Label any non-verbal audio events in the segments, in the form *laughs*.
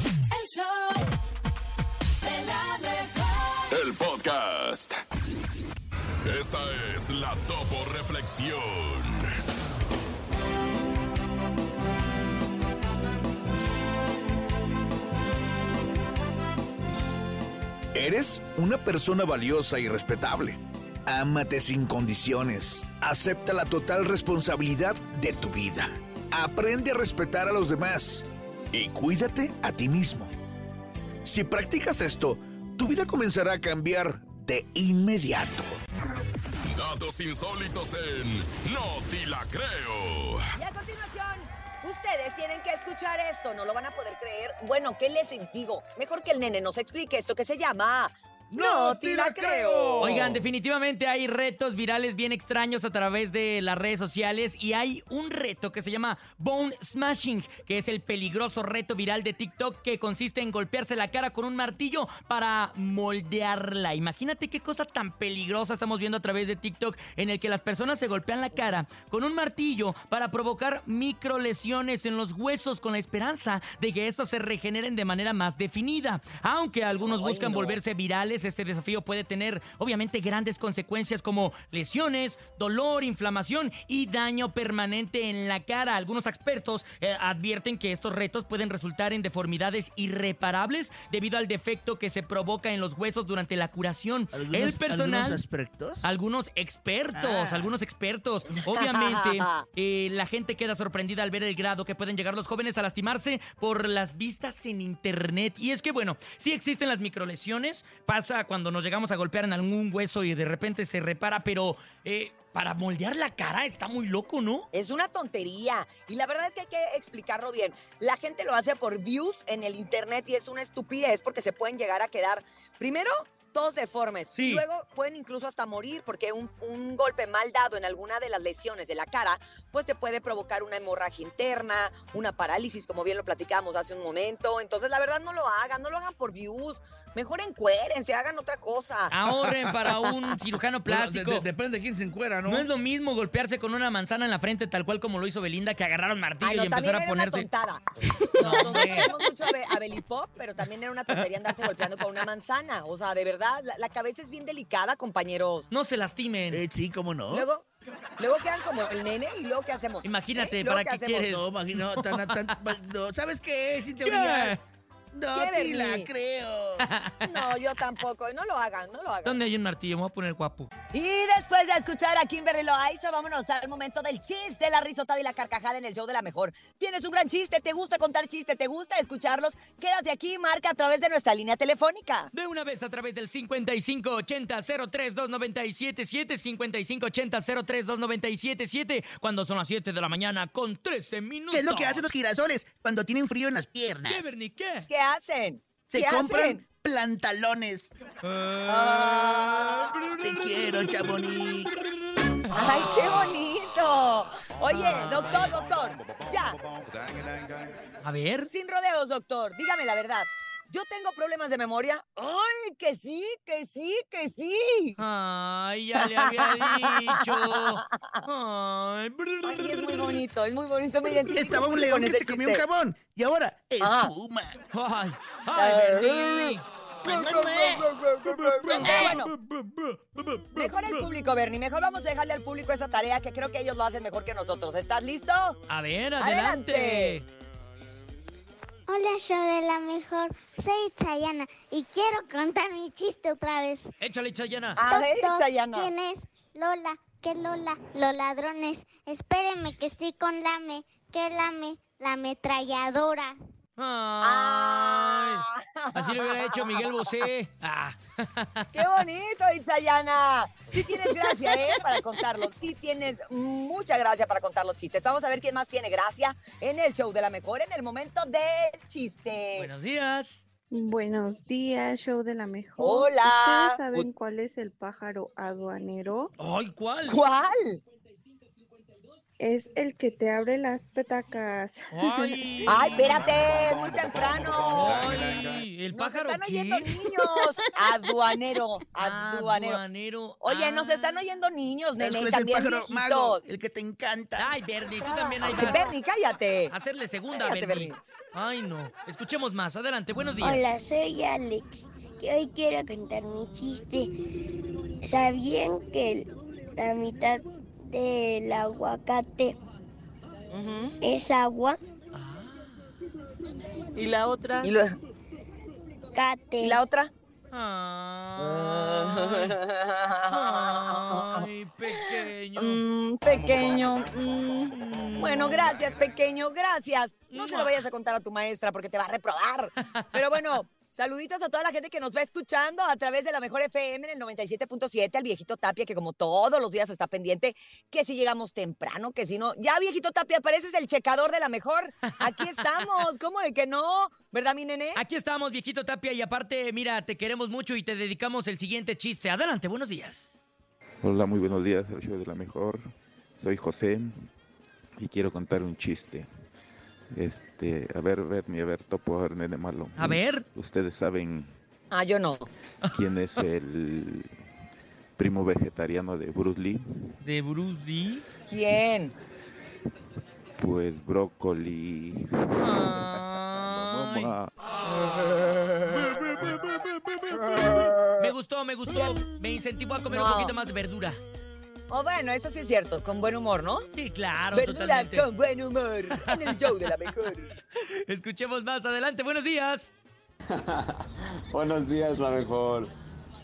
El show de la mejor. El podcast. Esta es la Topo Reflexión. Eres una persona valiosa y respetable. Ámate sin condiciones. Acepta la total responsabilidad de tu vida. Aprende a respetar a los demás y cuídate a ti mismo. Si practicas esto, tu vida comenzará a cambiar de inmediato. Datos insólitos en No Ti La Creo. Y a continuación, ustedes tienen que escuchar esto, no lo van a poder creer. Bueno, ¿qué les digo? Mejor que el nene nos explique esto que se llama... No te la creo. Oigan, definitivamente hay retos virales bien extraños a través de las redes sociales y hay un reto que se llama Bone Smashing, que es el peligroso reto viral de TikTok que consiste en golpearse la cara con un martillo para moldearla. Imagínate qué cosa tan peligrosa estamos viendo a través de TikTok en el que las personas se golpean la cara con un martillo para provocar microlesiones en los huesos con la esperanza de que estos se regeneren de manera más definida. Aunque algunos Ay, buscan no. volverse volverse virales, este desafío puede tener obviamente grandes consecuencias como lesiones, dolor, inflamación y daño permanente en la cara. Algunos expertos eh, advierten que estos retos pueden resultar en deformidades irreparables debido al defecto que se provoca en los huesos durante la curación. El personal... ¿Algunos aspectos? Algunos expertos, Ah. *laughs* algunos expertos. Obviamente, eh, la gente queda sorprendida al ver el grado que pueden llegar los jóvenes a lastimarse por las vistas en internet. Y es que, bueno, sí existen las microlesiones. Pasa cuando nos llegamos a golpear en algún hueso y de repente se repara, pero eh, para moldear la cara está muy loco, ¿no? Es una tontería. Y la verdad es que hay que explicarlo bien. La gente lo hace por views en el internet y es una estupidez porque se pueden llegar a quedar, primero, todos deformes. Sí. Y luego pueden incluso hasta morir porque un, un golpe mal dado en alguna de las lesiones de la cara, pues te puede provocar una hemorragia interna, una parálisis, como bien lo platicamos hace un momento. Entonces, la verdad, no lo hagan, no lo hagan por views. Mejor encuérense, hagan otra cosa. Ahorren *laughs* *laughs* para un cirujano Bueno, plástico. de- de- depende de quién se encuera, ¿no? No es lo mismo golpearse con una manzana en la frente, tal cual como lo hizo Belinda, que agarraron martillo Ah, Ay, Ah, no, y también era empezar a ponerse. una tontada. No, Nosotros hombre. queremos mucho a Be- a Belipop, pero también era una tontería andarse golpeando con una manzana. O sea, de verdad, la, la cabeza es bien delicada, compañeros. No se lastimen. Eh, sí, cómo no. Luego, luego quedan como el nene y luego ¿qué hacemos? ¿Eh? Imagínate, Luego, ¿para qué hacemos? quieres? no, imagino, tan, tan- *laughs* tan- no, ¿sabes qué? Si te ¿Qué? brillas. No ¿Qué, te la Bernie? *laughs* creo. No, yo tampoco. No lo hagan, no lo hagan. ¿Dónde hay un martillo? Me voy a poner guapo. Y después de escuchar a Kimberly Loaiza, vámonos al momento del chiste, la risotada y la carcajada en el show de la mejor. Tienes un gran chiste, te gusta contar chiste, te gusta escucharlos. Quédate aquí, marca a través de nuestra línea telefónica. De una vez a través del 5580-032977, 5580-032977, cuando son las 7 de la mañana con 13 minutos. ¿Qué es lo que hacen los girasoles cuando tienen frío en las piernas? ¿Qué, Bernie, qué? ¿Qué hacen? Se ¿Qué compran hacen? plantalones. Ah. Te quiero, Chamonix. ¡Ay, qué bonito! Oye, Ah. doctor, doctor, ya, A ver, sin rodeos, doctor, dígame la verdad. ¿Yo tengo problemas de memoria? ¡Ay, que sí, que sí, que sí! ay, ya *laughs* le había dicho. Ay, Ay, es muy bonito, es muy bonito, me identifico Estaba un mucho león con que ese se comió un chiste. jabón y ahora Ah. espuma. Ay, ay, Bernie. Pero bueno, mejor el público, Bernie, mejor vamos a dejarle al público esa tarea que creo que ellos lo hacen mejor que nosotros. ¿Estás listo? A ver, Adelante. adelante. Hola, yo de la mejor. Soy Chayana y quiero contar mi chiste otra vez. Échale, Ah, Chayana. A ver, Toc, toc, Sayana. ¿Quién es? Lola. ¿Qué Lola? Los ladrones. Espérenme que estoy con Lame. ¿Qué Lame? La ametralladora. Ay. Ah. Así lo hubiera hecho Miguel Bosé. Ah. ¡Qué bonito, Itzayana! Sí tienes gracia, ¿eh? Para contarlo. Sí tienes mucha gracia para contar los chistes. Vamos a ver quién más tiene gracia en el show de la mejor, en el momento del chiste. Buenos días. Buenos días, show de la mejor. Hola. ¿Ustedes saben cuál es el pájaro aduanero? Ay, ¿cuál? ¿Cuál? es el que te abre las petacas. *laughs* ¡Ay! Ay, espérate, muy temprano. ¡Ay! ¿El Nos pájaro están qué? oyendo niños. *laughs* Aduanero, aduanero. Aduanero. Oye, ah. nos están oyendo niños, ¿Sabes nene, y cuál es el también pájaro mago? viejitos. El que te encanta. Ay, Bernie, tú también ahí Ay, vas. Bernie, cállate. Hacerle segunda, Cállate, Bernie. Bernie. Ay, no. Escuchemos más. Adelante, buenos días. Hola, soy Alex y hoy quiero contar mi chiste. ¿Sabían que la mitad del aguacate Ujú. es agua? Y la otra. ¿Y, lo- Cate. y la otra? Ay, ay, pequeño. Mm, pequeño. mm. Bueno, gracias, pequeño, gracias. No se lo vayas a contar a tu maestra porque te va a reprobar. Pero bueno, saluditos a toda la gente que nos va escuchando a través de la mejor FM en el 97.7, al viejito Tapia, que como todos los días está pendiente, que si llegamos temprano, que si no. Ya, viejito Tapia, pareces el checador de la mejor. Aquí estamos. ¿Cómo de que no? ¿Verdad, mi nene? Aquí estamos, viejito Tapia, y aparte, mira, te queremos mucho y te dedicamos el siguiente chiste. Adelante, buenos días. Hola, muy buenos días, el show de la mejor. Soy José y quiero contar un chiste. Este, a ver, Bernie, a ver, topo, a ver, nene malo. A ver. Ustedes saben Ah, yo no. quién es el primo vegetariano de Bruce Lee. De Bruce Lee. ¿Quién? Pues brócoli. Ay. Mamá. Me gustó, me gustó. Me incentivó a comer un No. poquito más de verdura. Oh, bueno, eso sí es cierto. Con buen humor, ¿no? Sí, claro, Verduras totalmente. con buen humor en el show de la *laughs* mejor. Escuchemos más. Adelante, buenos días. Buenos días, la mejor.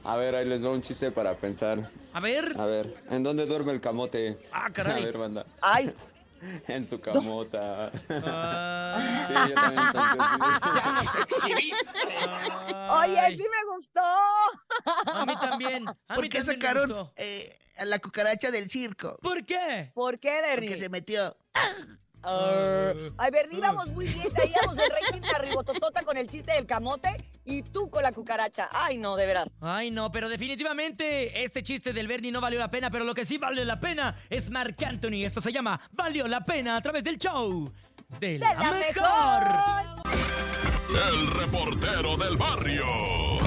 A ver, ahí les va un chiste para pensar. A ver. A ver, ¿en dónde duerme el camote? Ah, caray. *laughs* A ver, banda. Ay, En su camota. Sí, Ah, yo también pensé *laughs* así. oye, ay. sí me gustó. A mí también. A mí ¿Por qué también me sacaron gustó. eh, a la cucaracha del circo? ¿Por qué? ¿Por qué, Bernie? Porque se metió. Ah. Ay, Bernie, íbamos muy bien. Traíamos el rating arribototota con el chiste del camote y tú con la cucaracha. Ay, no, de veras. Ay, no, pero definitivamente este chiste del Bernie no valió la pena, pero lo que sí vale la pena es Marc Anthony. Esto se llama Valió la pena a través del show de, la, la mejor. El reportero del barrio.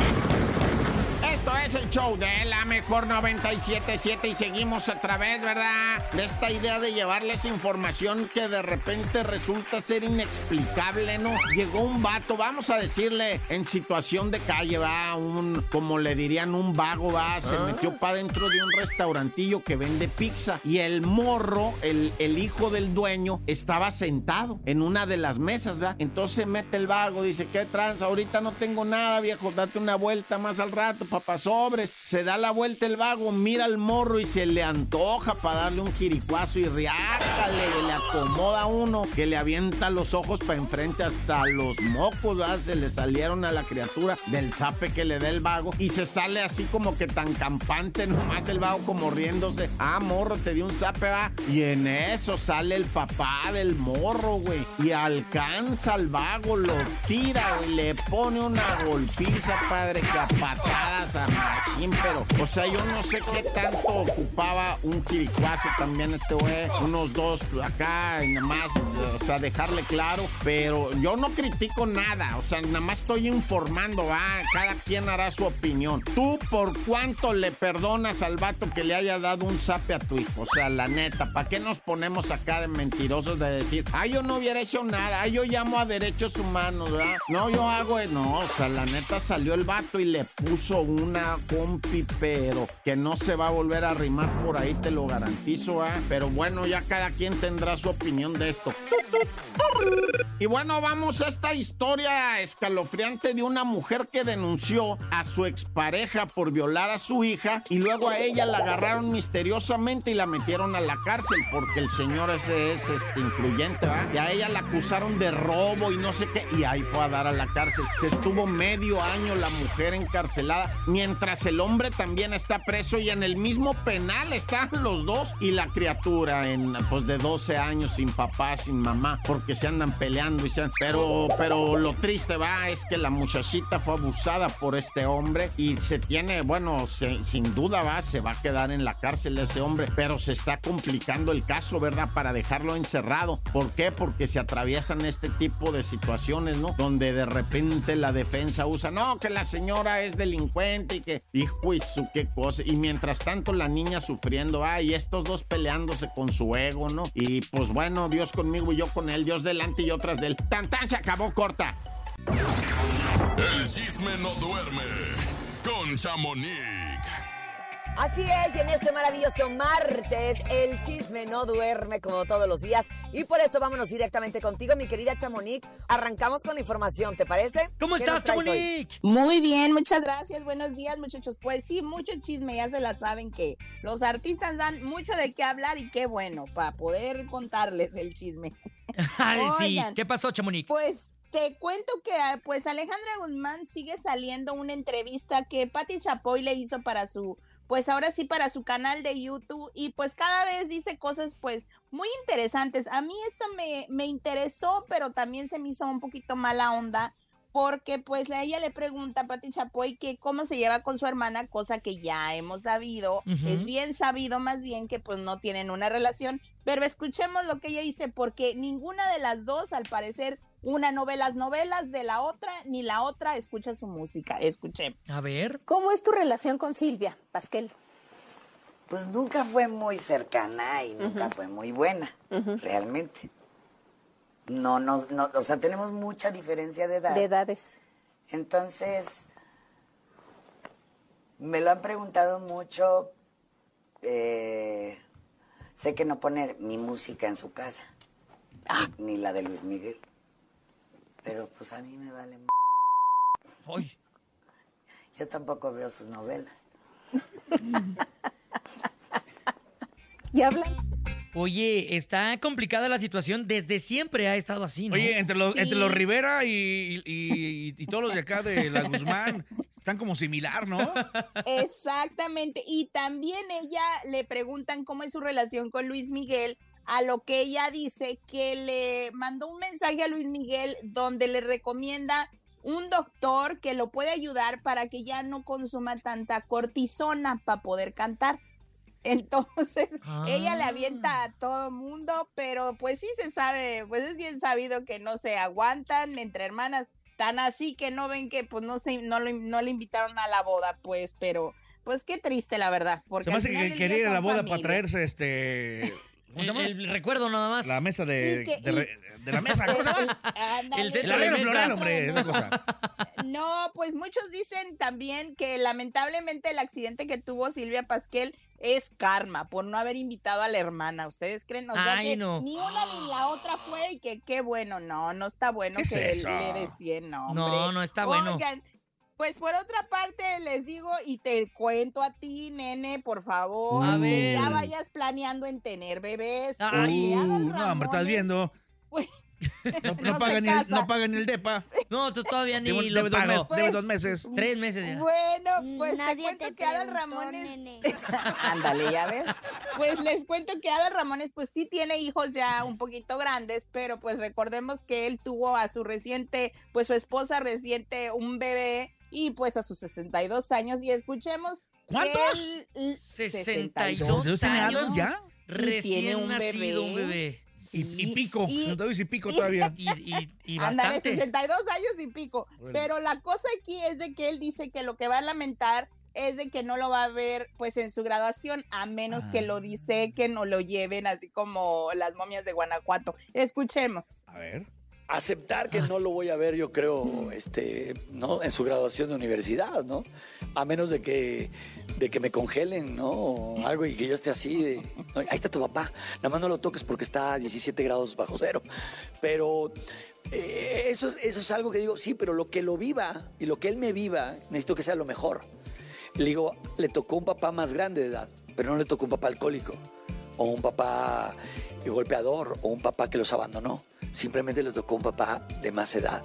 Esto es el show de la mejor 977 y seguimos a través, ¿verdad? De esta idea de llevarles información que de repente resulta ser inexplicable, ¿no? Llegó un vato, vamos a decirle, en situación de calle, va, un, como le dirían, un vago, va, se metió para dentro de un restaurantillo que vende pizza y el morro, el, el hijo del dueño, estaba sentado en una de las mesas, ¿verdad? Entonces mete el vago, dice, ¿qué tranza? Ahorita no tengo nada, viejo, date una vuelta más al rato, papá, sobres. Se da la vuelta el vago, mira al morro y se le antoja para darle un quiricuazo y riácale, le acomoda uno que le avienta los ojos para enfrente hasta los mocos, ¿verdad? Se le salieron a la criatura del zape que le da el vago y se sale así como que tan campante nomás el vago como riéndose. Ah, morro, te di un zape, va. Y en eso sale el papá del morro, güey. Y alcanza al vago, lo tira, güey. Le pone una golpiza, padre, que a patadas a machín, pero... O sea, yo no sé qué tanto ocupaba un quiricuazo también este güey. Unos dos acá, y nada más, o sea, dejarle claro. Pero yo no critico nada, o sea, nada más estoy informando, va. Cada quien hará su opinión. ¿Tú por cuánto le perdonas al vato que le haya dado un zape a tu hijo? O sea, la neta, ¿para qué nos ponemos acá de mentirosos de decir, ay, yo no hubiera hecho nada, ay, yo llamo a derechos humanos, ¿verdad? No, yo hago, eh, no, o sea, la neta salió el vato y le puso una compi, pero que no se va a volver a rimar por ahí, te lo garantizo, ¿ah? Pero bueno, ya cada quien tendrá su opinión de esto. Y bueno, vamos a esta historia escalofriante de una mujer que denunció a su expareja por violar a su hija y luego a ella la agarraron misteriosamente y la metieron a la cárcel porque el señor ese es este, influyente, ¿verdad? Y a ella la acusaron de robo y no sé qué y ahí fue a dar a la cárcel. Se estuvo medio año la mujer encarcelada, ni mientras el hombre también está preso y en el mismo penal están los dos y la criatura en pues de 12 años sin papá, sin mamá, porque se andan peleando y se an- pero pero lo triste va es que la muchachita fue abusada por este hombre y se tiene, bueno, se- sin duda va, se va a quedar en la cárcel ese hombre, pero se está complicando el caso, ¿verdad? Para dejarlo encerrado. ¿Por qué? Porque se atraviesan este tipo de situaciones, ¿no? Donde de repente la defensa usa, no, que la señora es delincuente y que, hijo, y su qué cosa. Y mientras tanto la niña sufriendo, ah, y estos dos peleándose con su ego, ¿no? Y pues bueno, Dios conmigo y yo con él, Dios delante y yo tras de él. Tan tan se acabó corta. El chisme no duerme con Chamonix. Así es, y en este maravilloso martes, el chisme no duerme como todos los días. Y por eso vámonos directamente contigo, mi querida Chamonix. Arrancamos con la información, ¿te parece? ¿Cómo ¿Qué estás, nos traes hoy? Chamonix? Muy bien, muchas gracias. Buenos días, muchachos. Pues sí, mucho chisme, ya se la saben que los artistas dan mucho de qué hablar y qué bueno para poder contarles el chisme. *laughs* Ay, sí. Oigan. ¿Qué pasó, Chamonix? Pues te cuento que ah, pues Alejandra Guzmán sigue saliendo una entrevista que Patti Chapoy le hizo para su, pues ahora sí para su canal de YouTube y pues cada vez dice cosas pues muy interesantes. A mí esto me, me interesó, pero también se me hizo un poquito mala onda porque pues a ella le pregunta a Patti Chapoy que cómo se lleva con su hermana, cosa que ya hemos sabido, Ujú. es bien sabido más bien que pues no tienen una relación, pero escuchemos lo que ella dice porque ninguna de las dos al parecer una novela las novelas de la otra ni la otra escucha su música, escuchemos. A ver. ¿Cómo es tu relación con Silvia Pasquel? Pues nunca fue muy cercana y nunca fue muy buena, realmente. No, no, no, o sea, tenemos mucha diferencia de edad. De edades. Entonces, me lo han preguntado mucho. eh, sé que no pone mi música en su casa, Ah. ni la de Luis Miguel. Pero pues a mí me vale. m- Yo tampoco veo sus novelas. ¿Y hablan? Oye, está complicada la situación. Desde siempre ha estado así, ¿no? Oye, entre los, entre los Rivera y, y- y todos los de acá de la Guzmán están como similar, ¿no? Exactamente. Y también ella le preguntan cómo es su relación con Luis Miguel, a lo que ella dice que le mandó un mensaje a Luis Miguel donde le recomienda un doctor que lo puede ayudar para que ya no consuma tanta cortisona para poder cantar. *laughs* Entonces, ella le Ah. avienta a todo mundo, pero pues sí se sabe, pues es bien sabido que no se aguantan entre hermanas, tan así que no ven que pues no se, no, lo- no le invitaron a la boda, pues, pero pues qué triste la verdad, porque Se me al hace final que del quería día ir a la son boda para familia. traerse este. ¿Cómo se llama? El, el recuerdo nada más. *laughs* La mesa de, Y que- de re- de la mesa. Pero- ¿Cómo se llama? ándale. El arreglo floral, hombre, esa cosa. No, pues muchos dicen también que lamentablemente el accidente que tuvo Silvia Pasquel es karma por no haber invitado a la hermana. ¿Ustedes creen? O sea, Ay, que no. ni una ni la otra fue y que qué bueno. No, no está bueno ¿Qué es que eso? le decían, no. No, hombre. no está bueno. Oigan, pues por otra parte les digo y te cuento a ti, nene, por favor, A que ya ver. vayas planeando en tener bebés. porque Ay, uh, ya don no, hombre, estás Ramones- viendo. *laughs* No, no se pagan ni el, casa. no pagan ni el DEPA. No, tú todavía ni Debo- lo debe dos pagó. mes- debe dos Pues, meses. Tres meses ya. Bueno, pues te cuento que Adal Ramones. Ándale, ya ves. Pues les cuento que Adal Ramones, pues sí tiene hijos ya un poquito grandes, pero pues recordemos que él tuvo a su reciente, pues su esposa reciente, un bebé, y pues a sus 62 años, y escuchemos. que ¿Cuántos? él- l- 62 tiene años. Adal ya? Y tiene Recién un nacido un bebé. bebé. Y, y pico. Y- No te doy si pico *laughs* todavía. Y, y Ándale, bastante. 62 años y pico. Órale. Pero la cosa aquí es de que él dice que lo que va a lamentar es de que no lo va a ver pues en su graduación, a menos que Ah. lo dice que no lo lleven así como las momias de Guanajuato. Escuchemos. A ver. aceptar que no lo voy a ver, yo creo, este, ¿no? en su graduación de universidad, ¿no? A menos de que, de que me congelen, ¿no? O algo y que yo esté así. de, "No, ahí está tu papá. Nada más no lo toques porque está a 17 grados bajo cero. Pero eh, eso, es- eso es algo que digo, sí, pero lo que lo viva y lo que él me viva, necesito que sea lo mejor. Le digo, le tocó un papá más grande de edad, pero no le tocó un papá alcohólico o un papá eh, golpeador o un papá que los abandonó. Simplemente le tocó un papá de más edad.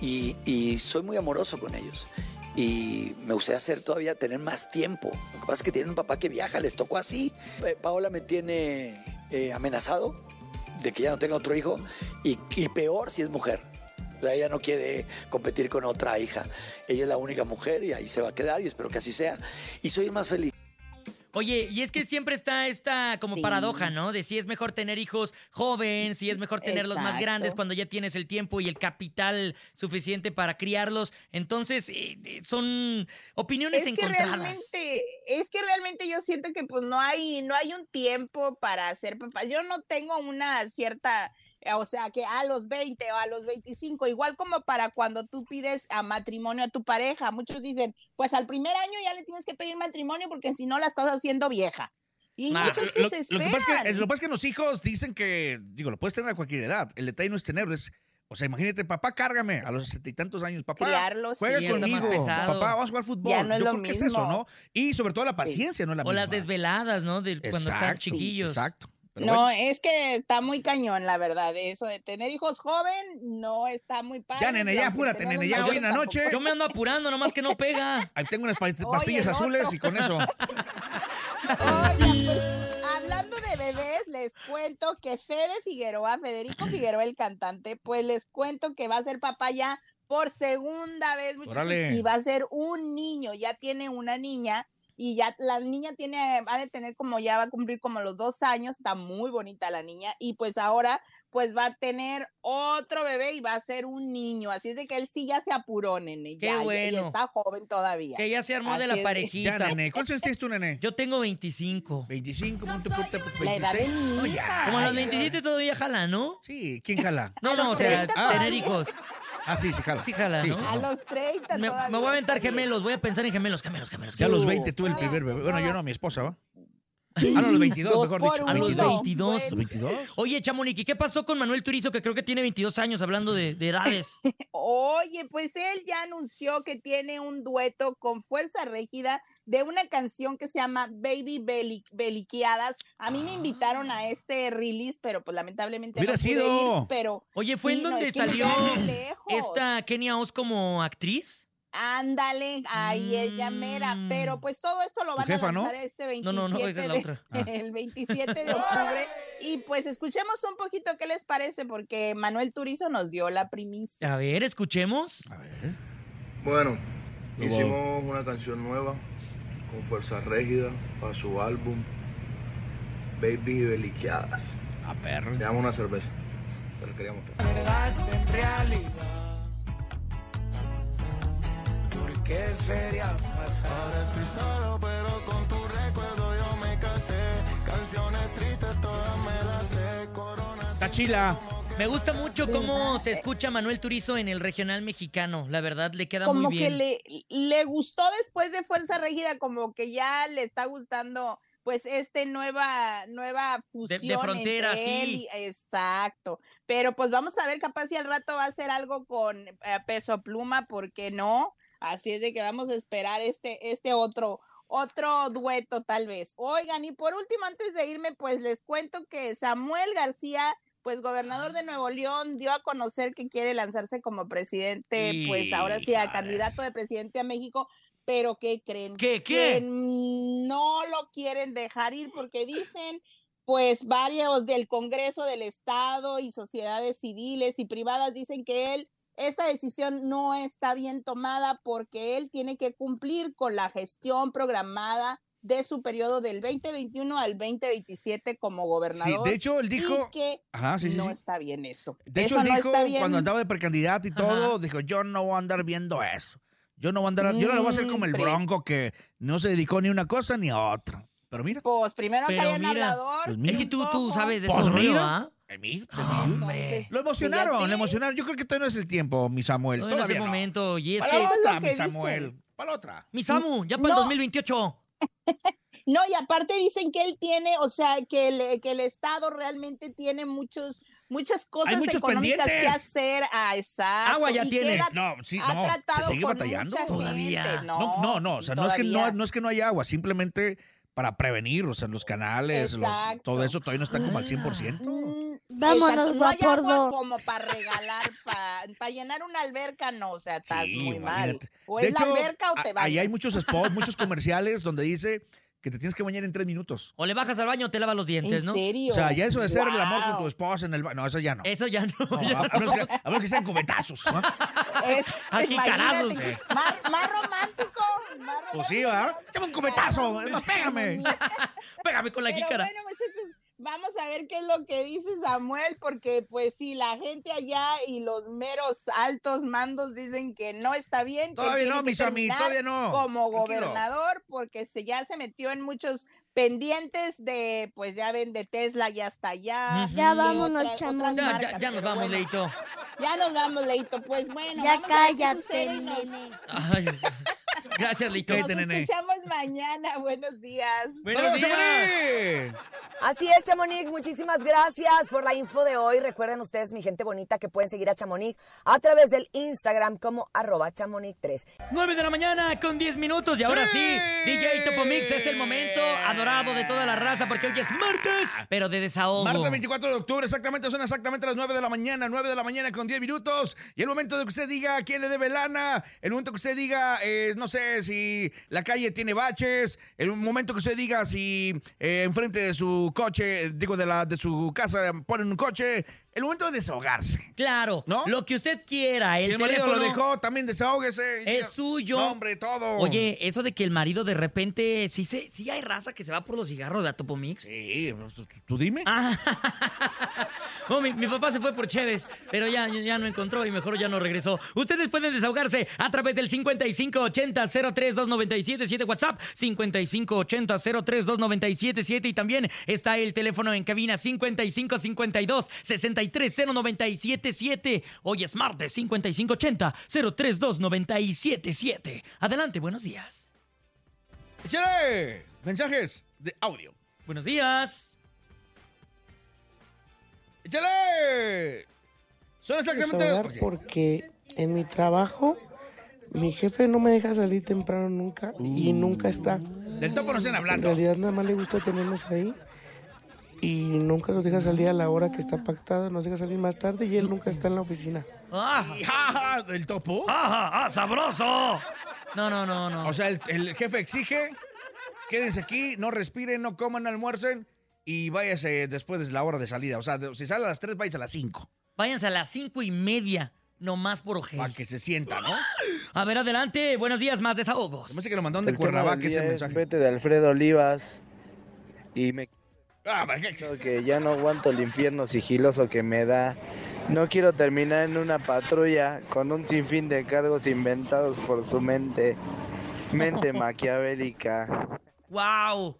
Y, y soy muy amoroso con ellos. y me gustaría hacer todavía, tener más tiempo. Lo que pasa es que tienen un papá que viaja, les tocó así. Eh, Paola me tiene eh, amenazado de que ya no tenga otro hijo y, y peor si es mujer. O sea, Pues ella no quiere competir con otra hija. Ella es la única mujer y ahí se va a quedar y espero que así sea. Y soy el más feliz. Oye, y es que siempre está esta como paradoja, ¿no? De si es mejor tener hijos jóvenes, si es mejor tenerlos más Exacto. grandes cuando ya tienes el tiempo y el capital suficiente para criarlos. Entonces, eh, eh, son opiniones es que encontradas. realmente, es que realmente yo siento que pues no hay, no hay un tiempo para ser papá. Yo no tengo una cierta, eh, o sea, que a los 20 o a los 25, igual como para cuando tú pides a matrimonio a tu pareja, muchos dicen, pues al primer año ya le tienes que pedir matrimonio porque si no la estás haciendo vieja. Y hay Nah, muchos que lo, se lo que pasa es que, esperan. lo que pasa es que los hijos dicen que, digo, lo puedes tener a cualquier edad. El detalle no es tenerlo, es. O sea, imagínate, papá, cárgame a los setenta y tantos años, papá. Criarlo, juega sí, está más conmigo. pesado. Papá, vamos a jugar fútbol. Ya no es Yo lo creo que es eso, mismo. ¿no? Y sobre todo la paciencia, no es la o misma. las desveladas, ¿no? De cuando están Exacto, chiquillos. eh, Exacto. Pero No, bueno, es que está muy cañón, la verdad. Eso de tener hijos joven no está muy padre. Ya, nene, y ya, aunque apúrate, tengas nene, los ya, hoy en la mayores noche. tampoco. Yo me ando apurando, nomás que no pega. *laughs* Ahí tengo unas past- pastillas azules y con *laughs* eso. pues, Hablando de bebés, les cuento que Fede Figueroa, Federico Figueroa, el cantante, pues les cuento que va a ser papá ya por segunda vez, muchachos, Órale. y va a ser un niño, ya tiene una niña. Y ya la niña tiene, va a tener como ya va a cumplir como los dos años, está muy bonita la niña y pues ahora pues va a tener otro bebé y va a ser un niño, así es de que él sí ya se apuró, nene, Qué ya, ya- y bueno. está joven todavía. Que ya se armó de Así la es parejita. Ya, nene, ¿cuántos años tienes tú, nene? Yo tengo 25. 25, ponte puta, pues, La edad de 26. mi No, hija. ya, Como a los ya. 27 todavía jala, ¿no? Sí, ¿quién jala? No, no, o sea, tener hijos. Ah, sí, sí, jala. Sí, jala, ¿no? A los 30 Me, todavía. me voy a aventar gemelos, voy a pensar en gemelos, gemelos, gemelos. Ya a los Uh. 20 tuve el primer bebé. Bueno, yo no, mi esposa, ¿va? Ah, no, a los 22, Dos mejor por dicho. uno. A los 22. ¿Los 22? Oye, Chamonix, ¿y qué pasó con Manuel Turizo, que creo que tiene 22 años, hablando de, de edades? *laughs* Oye, pues él ya anunció que tiene un dueto con Fuerza Régida de una canción que se llama Baby Beli- Beliqueadas. A mí me invitaron a este release, pero pues Ah. lamentablemente Hubiera no pude sido. ir, pero Oye, ¿fue sí, en no, donde es que me salió queda bien lejos. esta Kenia Oz como actriz? Ándale, ahí ella mera, pero pues todo esto Mm. lo Tu van jefa, a ¿no? Ah. lanzar este 27 No, no, no, esa es la de- otra. Ah. *laughs* el 27 de octubre y pues escuchemos un poquito qué les parece porque Manuel Turizo nos dio la primicia. A ver, escuchemos. Bueno, Lo hicimos una canción nueva con Fuerza Régida para su álbum Baby Beliqueadas. A perro. Le damos una cerveza. Te la quería mostrar. en Eh, realidad. Porque sería fatal. Ahora estoy solo, pero con tu recuerdo yo me casé. Canciones tristes todas me las sé. Tachila. Me gusta mucho cómo se escucha Manuel Turizo en el regional mexicano. La verdad, le queda como muy bien. que le, le gustó después de Fuerza Régida, como que ya le está gustando pues este nueva nueva fusión frontera, entre él sí. y- exacto pero pues vamos a ver capaz si al rato va a hacer algo con eh, peso pluma porque no así es de que vamos a esperar este este otro otro dueto tal vez oigan y por último antes de irme pues les cuento que Samuel García pues gobernador Ah. de Nuevo León dio a conocer que quiere lanzarse como presidente pues ahora sí a candidato de presidente a México pero ¿qué creen? ¿Qué, qué? Que no lo quieren dejar ir porque dicen, pues varios del Congreso del Estado y sociedades civiles y privadas dicen que él, esa decisión no está bien tomada porque él tiene que cumplir con la gestión programada de su periodo del 2021 al 2027 como gobernador. de hecho, él y dijo- que Ajá, sí, sí, no sí. está bien eso. De hecho, Eso él no dijo, está bien. cuando andaba de precandidato y todo, dijo, yo no voy a andar viendo eso. Yo no voy a andar, yo no le voy a hacer como el Mm, pre- bronco que no se dedicó ni una cosa ni a otra. Pero mira. Pues primero Pero callan mira, hablador. pues mira. Es que tú- tú sabes de Pues esos rollos, mira. ¿ah? Eh, mira, pues, lo emocionaron, lo emocionaron. Yo creo que todavía no es el tiempo, mi Samuel. Todavía no es Todavía el no. momento. Y es Para que- la Eso es otra, lo mi que Samuel. dicen. Para la otra. Mi Samu, ya para el No. 2028. No, y aparte dicen que él tiene, o sea, que el, que el Estado realmente tiene muchos, muchas cosas muchos económicas que pendientes. hacer. Ah, exacto. Agua ya y que tiene. él ha- No, sí, ha no. Se tratado sigue con batallando mucha todavía. gente, No, no, no. o sí, sea, no es, que no, todavía. no es que no haya agua, simplemente para prevenir, o sea, los canales, los- Exacto. todo eso todavía no está como al 100%. Mm, Vámonos, no hay agua guapordo. como para regalar, para llenar una alberca, no, o sea, estás Sí, muy mal. imagínate. O De es hecho, la alberca o a- te vas. Ahí hay muchos spots, *laughs* muchos comerciales donde dice que te tienes que bañar en tres minutos. O le bajas al baño o te lavas los dientes, ¿En ¿no? serio? O sea, ya eso de ser el amor con tu esposa en el baño. No, eso ya no. Eso ya no. No, ya a, a menos que, a menos que sean cubetazos. ¿no? Es, Aquí, imagínate, carajo. Más, más romántico, más romántico. Pues sí, *laughs* ¿verdad? Échame un cubetazo. es más, pégame. pégame con la Pero jícara. bueno, muchachos, vamos a ver qué es lo que dice Samuel, porque pues sí, la gente allá y los meros altos mandos dicen que no está bien. que Todavía tiene no, que mi Sammy, terminar todavía no. Como Tranquilo. gobernador, porque se, ya se metió en muchos pendientes de, pues ya ven, de Tesla ya hasta allá. Ya y vámonos, otras- chamo. otras Ya, ya, marcas, ya nos pero vamos, bueno, Leito. Ya nos vamos, Leito. Pues bueno, Ya vamos a ver qué cállate, sucede y nos- Ay, Gracias, Leito. nos escuchamos mañana. *laughs* Buenos días. Buenos días. Así es, Chamonix, muchísimas gracias por la info de hoy. Recuerden ustedes, mi gente bonita, que pueden seguir a Chamonix a través del Instagram como arroba chamonix3. 9 de la mañana con 10 minutos y ahora sí, DJ Topo Mix es el momento adorado de toda la raza porque hoy es martes, pero de desahogo. Martes 24 de octubre, exactamente, son exactamente las 9 de la mañana, 9 de la mañana con 10 minutos. Y el momento de que usted diga quién le debe lana, el momento que usted diga, eh, no sé, si la calle tiene baches, el momento que usted diga si eh, enfrente de su coche, eh, digo, de, la, de su casa ponen un coche, el momento de desahogarse. Claro, lo que usted quiera. Ah, El si el marido teléfono lo dejó, también desahógese. Es suyo. No, hombre, todo. Oye, eso de que el marido de repente, sí, se, sí hay raza que se va por los cigarros de Topo Mix. Sí, pues, tú dime. *laughs* No, Ah. Oh, mi, mi papá se fue por Chévez, pero ya, ya no encontró y mejor ya no regresó. Ustedes pueden desahogarse a través del 5580-032977 WhatsApp, 5580-032977 y también está el teléfono en cabina 5552-630977. Hoy es martes 5580-032977. Adelante, buenos días. ¡Échale! Mensajes de audio. Buenos días. ¡Échale! Son exactamente desahogar Ok. Pues porque en mi trabajo mi jefe no me deja salir temprano nunca y nunca está. Del topo no estén hablando. En realidad nada más le gusta tenernos ahí y nunca nos deja salir a la hora que está pactada, nos deja salir más tarde y él nunca está en la oficina. ¡Ah! ¿Del topo? ¡Ah, sabroso! No, no, no, no. O sea, el, el jefe exige, quédense aquí, no respiren, no coman, almuercen y váyase después de la hora de salida. O sea, de- si sale a las 3, váyase a las 5. Váyanse a las cinco y media, nomás por ojera. Para que se sienta, ¿no? *gasps* A ver, adelante. Buenos días, más desahogos. Parece que lo mandaron de El tema Cuernavaca del ese día es mensaje. Vete de Alfredo Olivas y me Ah, ¿para qué? que ya no aguanto el infierno sigiloso que me da. No quiero terminar en una patrulla con un sinfín de cargos inventados por su mente. Mente maquiavélica. ¡Wow!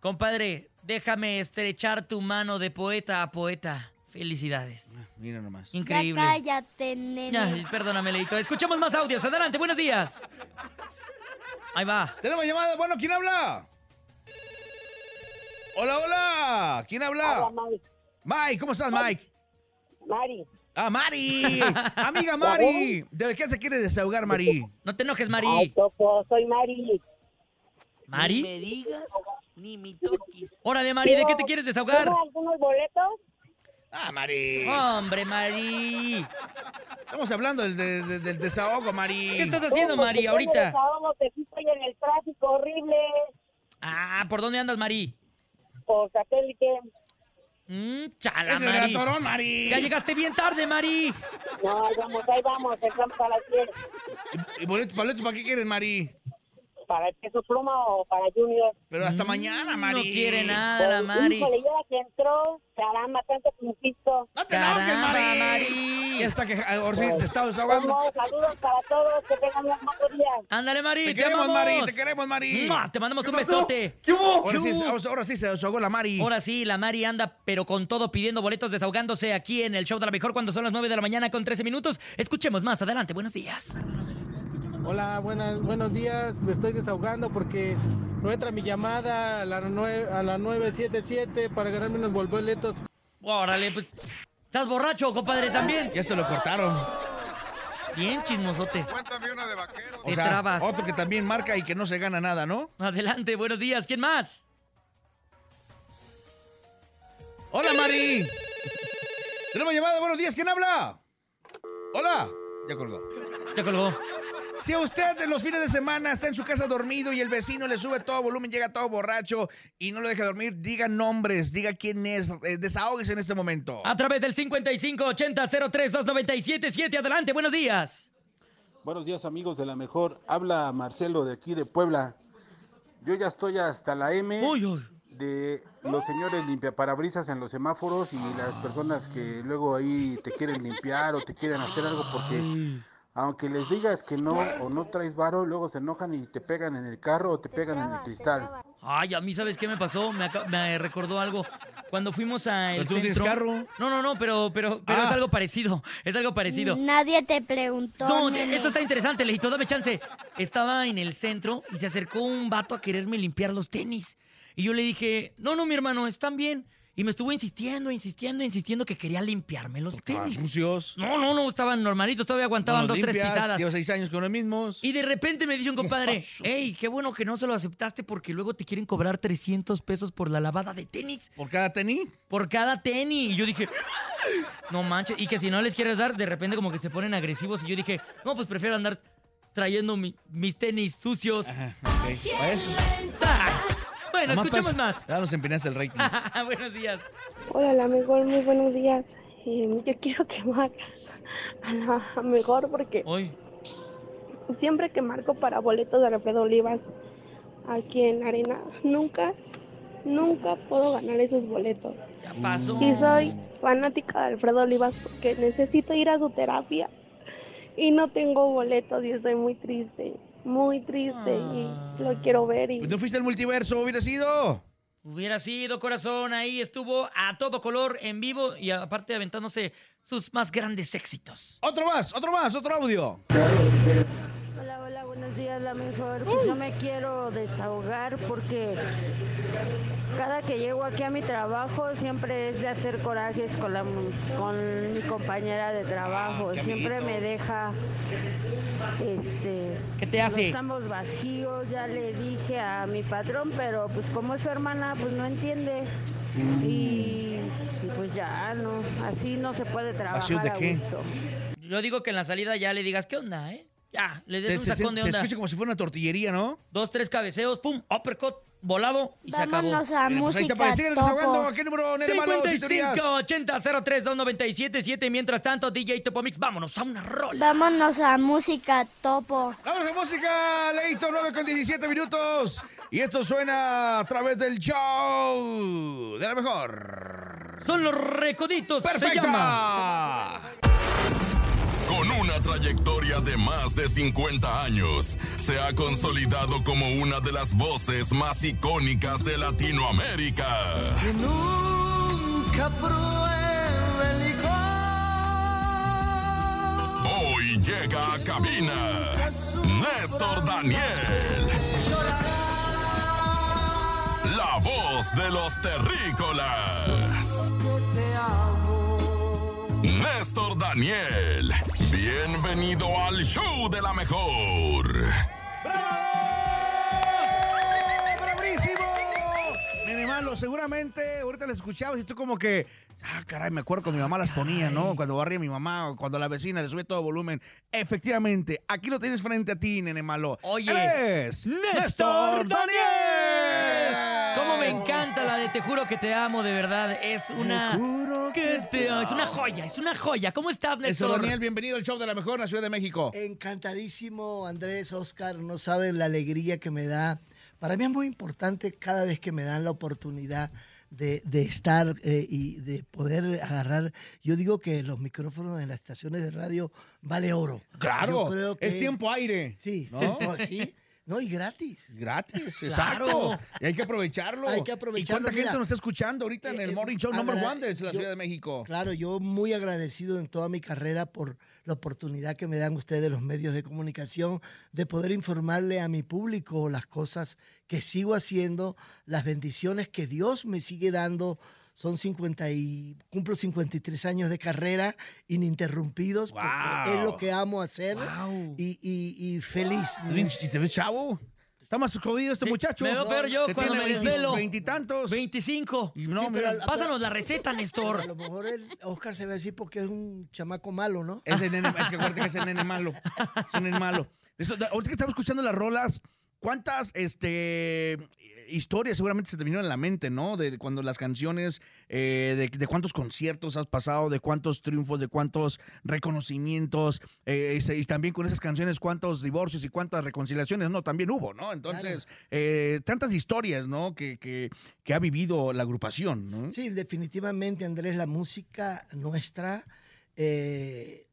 Compadre, déjame estrechar tu mano de poeta a poeta. Felicidades. Ah, Mira nomás. Increíble. Ya cállate, nene. Ay, perdóname, Leito. Escuchamos más audios. Adelante, buenos días. Ahí va. Tenemos llamada. Bueno, ¿quién habla? Hola, hola. ¿Quién habla? Hola, Mike. Mike, ¿cómo estás, Mike? Mari. *laughs* Ah, Mari. Amiga Mari. ¿De qué se quiere desahogar, Mari? No te enojes, Ay, Topo, soy Mari. ¿Mari? me digas ni mi toquis. Órale, Mari, ¿de qué te quieres desahogar? ¿Tengo algunos boletos? Ah, Mari. Hombre, Mari. Estamos hablando del, de- de- del desahogo, Mari. ¿Qué estás haciendo, Mari, ahorita? Estábamos aquí, estoy en el tráfico horrible. Ah, ¿por dónde andas, Mari? Por satélite. Mm, chala, Ese era Mari. Torón, Mari. Ya llegaste bien tarde, Mari. No, ahí vamos, ahí vamos, entramos a las 10. ¿Y boletos, boletos para qué quieres, Mari? ¿Para el peso pluma o para Junior? Pero hasta mañana, Mari. Pues, Híjole, ya que entró, caramba, tanto conquisto. No te enojes, Ah, Caramba, Mari. Mari. Ya está que- ahora sí te está desahogando. Saludos para todos, que tengan un buen día. Ándale, Mari, Te te, queremos, amamos. Mari, te queremos, Mari. ¡Mua! Te mandamos ¿Qué un pasó? besote. ¿Qué hubo? Ahora sí- ahora sí se desahogó la Mari. Ahora sí, la Mari anda, pero con todo pidiendo boletos, desahogándose aquí en el show de la mejor cuando son las 9 de la mañana con 13 minutos. Escuchemos más, adelante, buenos días. Hola, buenas, buenos días. Me estoy desahogando porque no entra mi llamada a la, nue- a la 977 para ganarme unos boletos. Órale, pues. ¿Estás borracho, compadre, también? Ya se lo cortaron. Bien, chismosote. O sea, otro que también marca y que no se gana nada, ¿no? Adelante, buenos días. ¿Quién más? Hola, Mari. Tenemos llamada, buenos días, ¿quién habla? Hola. Ya colgó. Ya colgó. Si a usted en los fines de semana está en su casa dormido y el vecino le sube todo volumen, llega todo borracho y no lo deja dormir, diga nombres, diga quién es, eh, desahóguese en este momento. A través del 5580-032977, adelante, buenos días. Buenos días amigos de la mejor. Habla Marcelo de aquí de Puebla. Yo ya estoy hasta la M de los señores limpiaparabrisas en los semáforos y las personas que luego ahí te quieren limpiar o te quieren hacer algo porque aunque les digas que no o no traes varo, luego se enojan y te pegan en el carro o te pegan en el cristal. Ay, a mí, ¿sabes qué me pasó? Me, aca- me recordó algo. Cuando fuimos a el Pero tú no tienes centro- carro. No, no, no, pero, pero, pero Ah. es algo parecido. Es algo parecido. Nadie te preguntó. No, nene. esto está interesante, Lejito, dame chance. Estaba en el centro y se acercó un vato a quererme limpiar los tenis. Y yo le dije, no, no, mi hermano, están bien. Y me estuvo insistiendo, insistiendo, insistiendo que quería limpiarme los tenis. sucios. No, no, no, estaban normalitos, todavía No aguantaban los dos, tres limpias, pisadas. Llevo seis años con los mismos. Y de repente me dice un compadre, Ojo. hey, qué bueno que no se lo aceptaste porque luego te quieren cobrar 300 pesos por la lavada de tenis. ¿Por cada tenis? Por cada tenis. Y yo dije, no manches. Y que si no les quieres dar, de repente como que se ponen agresivos. Y yo dije, no, pues prefiero andar trayendo mi- mis tenis sucios. *laughs* Ta. Bueno, escuchemos más. Ya nos empinaste el rating. Buenos días. Hola, la mejor, muy buenos días. Eh, yo quiero quemar a la mejor porque siempre que marco para boletos de Alfredo Olivas aquí en Arena, nunca, nunca puedo ganar esos boletos. Ya pasó. Y soy fanática de Alfredo Olivas porque necesito ir a su terapia y no tengo boletos y estoy muy triste, muy triste y lo quiero ver y Pues no fuiste al multiverso, hubiera sido. Hubiera sido corazón, ahí estuvo a todo color en vivo y aparte aventándose sus más grandes éxitos. Otro más, otro más, otro audio. Pues Hola, hola, buenos días, la mejor. Pues yo me quiero desahogar porque cada que llego aquí a mi trabajo siempre es de hacer corajes con, la, con mi compañera de trabajo. qué siempre me amiguitos. deja este ¿Qué te hace? los tambos vacíos, ya le dije a mi patrón, pero pues como es su hermana, pues no entiende. Y, y pues ya no, así no se puede trabajar. ¿Vacíos de a qué? gusto. Yo digo que en la salida ya le digas, ¿qué onda, eh? Ya, le des Se, un se- sacón de se onda. escucha como si fuera una tortillería, ¿no? Dos, tres cabeceos, pum, uppercut, volado y Vámonos se a acabó. Mira, pues ahí está, para música, seguir desahogando. topo. ¿A qué número, Nene Malo, si tú dirías? 5580-032977. Mientras tanto, DJ Topomix, vámonos a una rola. Vámonos a música, topo. Vamos a música, Leito, 9 con 17 minutos. Y esto suena a través del show de la mejor. Son los recoditos. Perfecta. Con una trayectoria de más de 50 años, se ha consolidado como una de las voces más icónicas de Latinoamérica. Que nunca pruebe el licor. Hoy llega a cabina Néstor Daniel, la voz de los terrícolas. Te amo. Néstor Daniel, bienvenido al show de la mejor. ¡Bravísimo! Nene malo, seguramente ahorita la escuchabas y tú como que, ah, caray, me acuerdo que mi mamá las ponía, ¿no? Cuando barría mi mamá o cuando la vecina le sube todo volumen. Efectivamente, aquí lo tienes frente a ti, nene malo. Oye, es Néstor Daniel. ¿Cómo me encanta la de Te juro que te amo, de verdad? Es una. que te amo. Es una joya, es una joya. ¿Cómo estás, Néstor Néstor? Daniel, bienvenido al show de la mejor en la Ciudad de México. Encantadísimo, Andrés, Oscar. No saben la alegría que me da. Para mí es muy importante cada vez que me dan la oportunidad de, de estar eh, y de poder agarrar. Yo digo que los micrófonos en las estaciones de radio vale oro. Claro, Yo creo es que- tiempo aire. Sí, ¿no? tiempo- sí. No, y gratis. Gratis, Claro. exacto. Y hay que aprovecharlo. Hay que ¿Y aprovecharlo, cuánta mira. gente nos está escuchando ahorita en Eh, el eh, Morning Show Number agra- One de la yo- Ciudad de México? Claro, yo muy agradecido en toda mi carrera por la oportunidad que me dan ustedes los medios de comunicación de poder informarle a mi público las cosas que sigo haciendo, las bendiciones que Dios me sigue dando. Son 50 y cumplo 53 años de carrera ininterrumpidos porque Wow. es lo que amo hacer y, y- y feliz. ¿Y te ves chavo? Está más jodido este muchacho. Me veo peor yo Que cuando tiene me 20 desvelo. Veintitantos. Veinticinco. No, mira. Pásanos la receta, Néstor. A *laughs* lo mejor el Oscar se ve así porque es un chamaco malo, ¿no? *laughs* Ese nene, es que acuérdate que ese nene malo. Ese nene malo. Eso, da- ahorita que estamos escuchando las rolas, ¿cuántas este, eh, historias seguramente se te vinieron a la mente, ¿no? De cuando las canciones, eh, de, de cuántos conciertos has pasado, de cuántos triunfos, de cuántos reconocimientos, eh, y se- y también con esas canciones, cuántos divorcios y cuántas reconciliaciones, ¿no? También hubo, ¿no? Entonces, eh, tantas historias, ¿no? Que, que, que ha vivido la agrupación, ¿no? Sí, definitivamente, Andrés, la música nuestra. eh,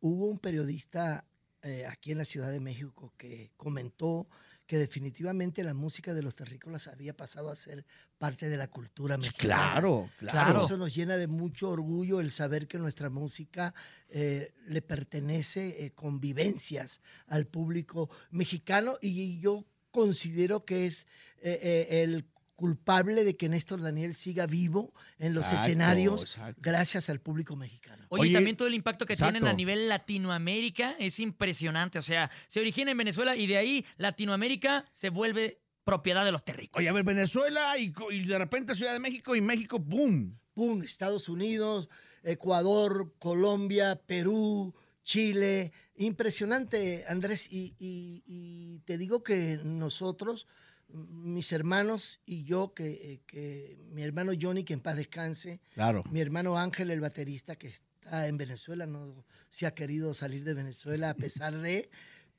hubo un periodista eh, aquí en la Ciudad de México que comentó que definitivamente la música de los terrícolas había pasado a ser parte de la cultura mexicana. claro, claro. Eso nos llena de mucho orgullo el saber que nuestra música eh, le pertenece eh, convivencias al público mexicano y yo considero que es eh, eh, el culpable de que Néstor Daniel siga vivo en los Exacto, escenarios exacto. gracias al público mexicano. Oye, y también todo el impacto que tienen a exacto. nivel Latinoamérica es impresionante. O sea, se origina en Venezuela y de ahí Latinoamérica se vuelve propiedad de los terrícolas. Oye, a ver, Venezuela y, co- y de repente Ciudad de México y México, ¡boom! ¡Pum! Estados Unidos, Ecuador, Colombia, Perú, Chile. Impresionante, Andrés. Y, y- y te digo que nosotros, m- mis hermanos y yo, que, eh, que mi hermano Johnny, que en paz descanse, Claro. mi hermano Ángel, el baterista que está en Venezuela, no se ha querido salir de Venezuela a pesar de,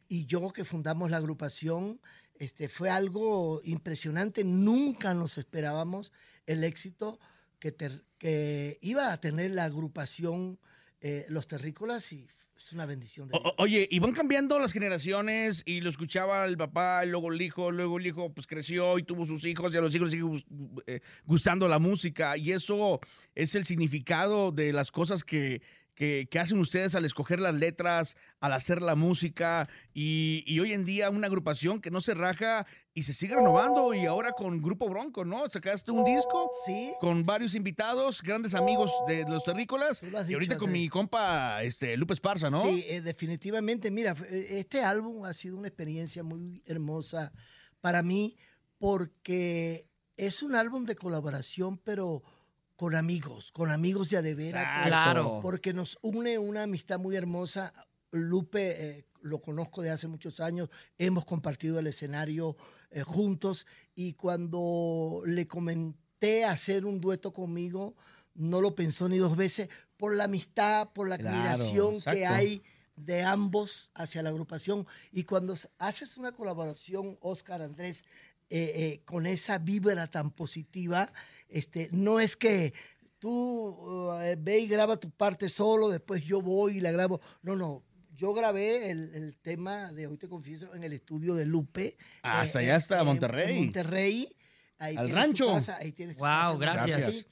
y yo que fundamos la agrupación, este, fue algo impresionante. Nunca nos esperábamos el éxito que, ter- que iba a tener la agrupación eh, Los Terrícolas y es una bendición de O- o- oye, y van cambiando las generaciones y lo escuchaba el papá, y luego el hijo, luego el hijo pues creció y tuvo sus hijos y a los hijos les sigue gus- gu- eh, gustando la música y eso es el significado de las cosas que, que, que hacen ustedes al escoger las letras, al hacer la música y, y hoy en día una agrupación que no se raja y se sigue renovando y ahora con Grupo Bronco, ¿no? Sacaste un disco con varios invitados, grandes amigos de los terrícolas y dicho, ahorita con Andrés. mi compa este, Lupe Esparza, ¿no? Sí, eh, definitivamente. Mira, f- eh, este álbum ha sido una experiencia muy hermosa para mí porque es un álbum de colaboración, pero con amigos, con amigos de Exacto. Adevera. Claro. Porque nos une una amistad muy hermosa. Lupe eh, lo conozco de hace muchos años, hemos compartido el escenario eh, juntos y cuando le comenté hacer un dueto conmigo, no lo pensó ni dos veces por la amistad, por la Claro, admiración que exacto. hay de ambos hacia la agrupación. Y cuando s- haces una colaboración, Oscar Andrés, eh, eh, con esa vibra tan positiva, este, no es que tú uh, eh, ve y graba tu parte solo, después yo voy y la grabo. No, no. Yo grabé el, el tema de Hoy Te Confieso en el estudio de Lupe. eh, Ah, Hasta allá, hasta en- en Monterrey. Monterrey. Ahí tienes Al tu rancho. casa, ahí tienes tu Wow, casa, gracias. Monterrey.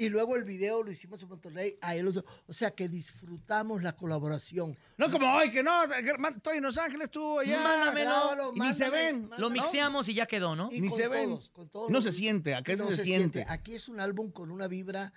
Y luego el video lo hicimos en Monterrey, ahí lo hizo. O sea que disfrutamos la colaboración. No como hoy, que no, que hermano, estoy en Los Ángeles, tú allá. Mándamelo, grábalo, y ni se mándame, ven. mándame. Lo mixeamos y ya quedó, ¿no? Ni se ven. con todos No los- se siente, acá no se, se siente. Ah, Aquí es un álbum con una vibra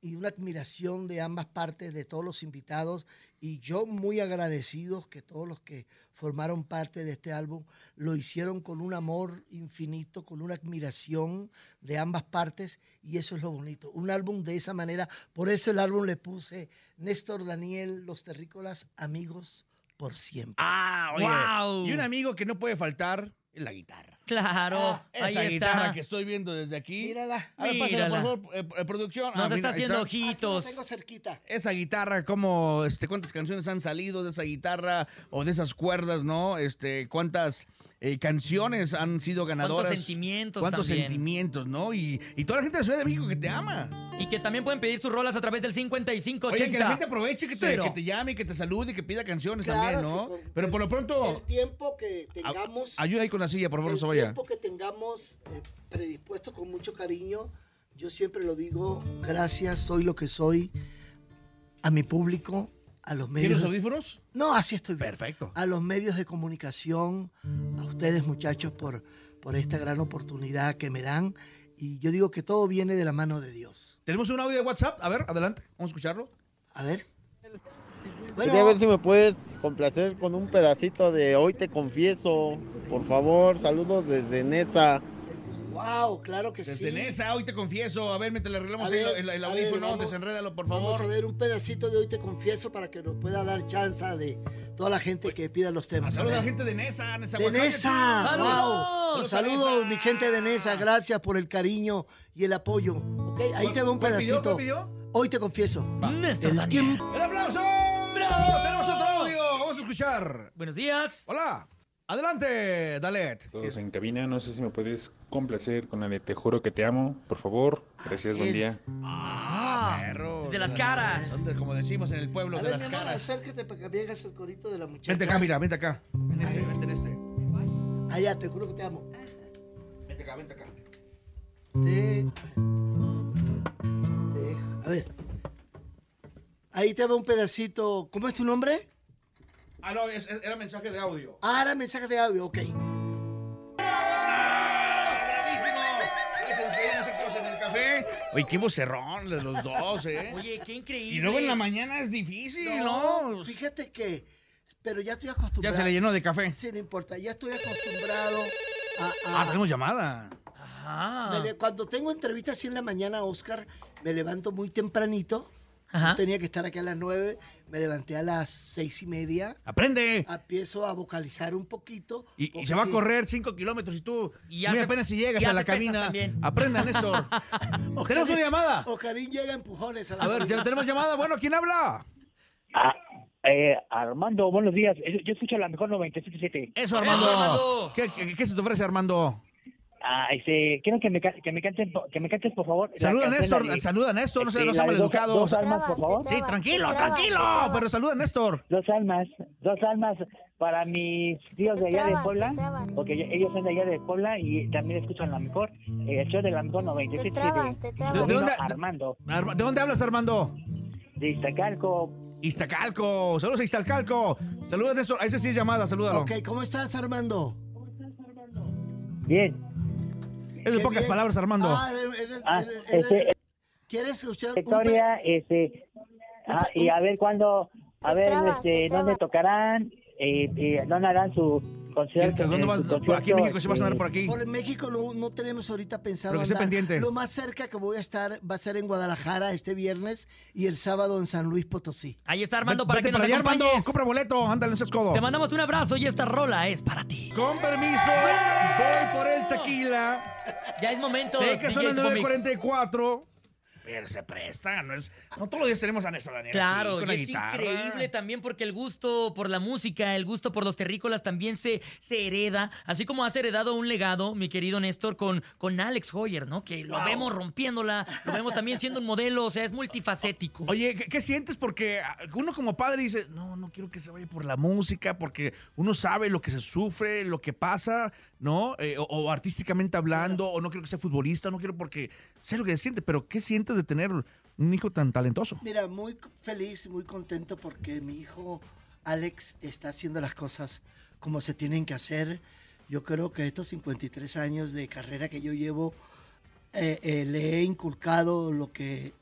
y una admiración de ambas partes, de todos los invitados. Y yo muy agradecido que todos los que formaron parte de este álbum lo hicieron con un amor infinito, con una admiración de ambas partes. Y eso es lo bonito. Un álbum de esa manera. Por eso el álbum le puse Néstor Daniel, Los Terrícolas, Amigos por siempre. Ah, oye. Guau. Y un amigo que no puede faltar es la guitarra. Claro, Ah, esa ahí guitarra está. que estoy viendo desde aquí. Mírala. A ver, pásala, Mírala. por favor, eh, eh, producción. Nos Ah, está mira, ahí haciendo ojitos. Tengo cerquita. Esa guitarra, como, este, cuántas canciones han salido de esa guitarra o de esas cuerdas, ¿no? Este, cuántas eh, canciones han sido ganadoras. sentimientos Cuántos también. sentimientos, ¿no? Y, y toda la gente de Ciudad de México que te ama. Y que también pueden pedir sus rolas a través del 5580. Oye, que la gente aproveche que te, Cero. que te llame, que te salude, que pida canciones Claro, también, sí, ¿no? con- Pero por lo pronto, tiempo que a- ayuda ahí con la silla, por favor, no se vaya. tiempo que tengamos eh, predispuesto con mucho cariño, yo siempre lo digo, gracias, soy lo que soy, a mi público, a los medios. ¿Tienes los audífonos? No, así estoy bien. Perfecto. A los medios de comunicación, a ustedes muchachos por, por esta gran oportunidad que me dan. Y yo digo que todo viene de la mano de Dios. Tenemos un audio de WhatsApp. A ver, adelante. Vamos a escucharlo. A ver. Quería ver si me puedes complacer con un pedacito de Hoy te confieso. Por favor, saludos desde Nesa. Wow, claro que Desde sí. Nesa, hoy te confieso. A ver, mientras le arreglamos A ahí ver, el, el a ver, audífono, vamos- desenrédalo, por Vamos a favor. ver un pedacito de hoy te confieso para que nos pueda dar chance de toda la gente que pida los temas. Saludos Ah, a la ver. gente de Nesa, Nesa. De Oaxaca. Nesa, wow. ¡Saludos! Saludos, mi gente de Nesa, gracias por el cariño y el apoyo. Ok, ahí ¿Cuál- te va un cuál pedacito. pidió, cuál pidió? Hoy te confieso. El tiempo- ¡El aplauso! Tenemos otro audio. Vamos a escuchar. Buenos días. Hola. Adelante, Dalet. Todos en cabina, no sé si me puedes complacer con la de Te juro que te amo, por favor. Gracias, buen día. Ah, perro. de las caras. ¿Dónde? Como decimos en el pueblo, A de ver, las mi amor, caras. acércate para que veas el corito de la muchacha. Vente acá, mira, vente acá. Ven este, vente en este. Allá, te juro que te amo. Vente acá, vente acá. Te- te- A ver. Ahí te va un pedacito. ¿Cómo es tu nombre? Ah, no, es- es- era mensaje de audio. Ah, era mensaje de audio, ok. ¡Bravísimo! Ahí se despedimos entonces en el café. Oye, qué vocerrón de los dos, *laughs* ¿eh? Oye, qué increíble. Y luego en la mañana es difícil, ¿no? Fíjate que. Pero ya estoy acostumbrado. Ya se le llenó de café. Sí, no importa. Ya estoy acostumbrado a. a- Ah, tenemos llamada. me le- cuando tengo entrevistas así en la mañana, Oscar, me levanto muy tempranito. Yo tenía que estar aquí a las 9. Me levanté a las seis y media. ¡Aprende! Empiezo a vocalizar un poquito. Y, y porque se va a sí. correr 5 kilómetros y tú. Y Y hace- apenas si llegas y a la hace pesas cabina. también. *laughs* Aprendan esto. Ocarín- tenemos una llamada. Ocarín llega a empujones a la A ver, ya cabina. tenemos llamada. Bueno, ¿quién habla? Ah, eh, Armando, buenos días. Yo, yo escucho la mejor 97.7. Eso, Armando. ¿Qué, qué- qué se te ofrece, Armando? Ah, este, quiero que me, ca- que me canten, po- que me cantes, por favor. la Saluda a canción, Néstor, la de- saluda a Néstor, no sí, sea, no la sea de maleducado. Dos, dos almas, por favor. Sí, tranquilo, tranquilo, pero saluda a Néstor. Dos almas, dos almas para mis tíos de allá de Puebla, porque yo- ellos son de allá de Puebla y también escuchan la mejor, eh, el show de la mejor 97.7. trabas, te trabas. ¿De- de Vino dónde- Armando. Arma- ¿De dónde hablas, Armando? De Iztacalco. Iztacalco, saludos a Iztacalco. Saludos, Néstor. Ese sí es llamada, salúdalo. Ok, ¿cómo estás, Armando? Bien. Es de Qué pocas bien. palabras, Armando. Ah, eres- eres- Ah, eres- este- ¿Quieres escuchar un Victoria, pe- este, ah, y a ver cuándo, a ver, trabas, este, dónde tocarán, eh, eh, dónde harán su concierto. eh, su concierto, eh, Por México no, no tenemos ahorita pensado. Pero que esté andar. pendiente. Lo más cerca que voy a estar va a ser en Guadalajara este viernes y el sábado en San Luis Potosí. Ahí está Armando Ve- para vete que nos para allá, acompañes. Armando, compra boleto, ándale un sescodo. Te mandamos un abrazo y esta rola es para ti. Con permiso, voy por el tequila. Ya es momento. Sé que son DJ las Tubo Mix. 9.44, pero se presta. No, es, no todos los días tenemos a Néstor Daniel. aquí Claro, con y la es guitarra. increíble también porque el gusto por la música, el gusto por los terrícolas también se, se hereda, así como has heredado un legado, mi querido Néstor, con, con Alex Hoyer, ¿no? Que lo vemos rompiéndola, lo vemos también siendo un modelo, o sea, es multifacético. Oye, ¿qué, qué sientes? Porque ah, uno como padre dice, no, no quiero que se vaya por la música, porque uno sabe lo que se sufre, lo que pasa, ¿no? Eh, o, o artísticamente hablando, o no quiero que sea futbolista, no quiero porque sé lo que se siente, pero ¿qué sientes de tener un hijo tan talentoso? Mira, muy c- feliz, muy contento porque mi hijo Alex está haciendo las cosas como se tienen que hacer. Yo creo que estos 53 años de carrera que yo llevo, eh, eh, le he inculcado lo que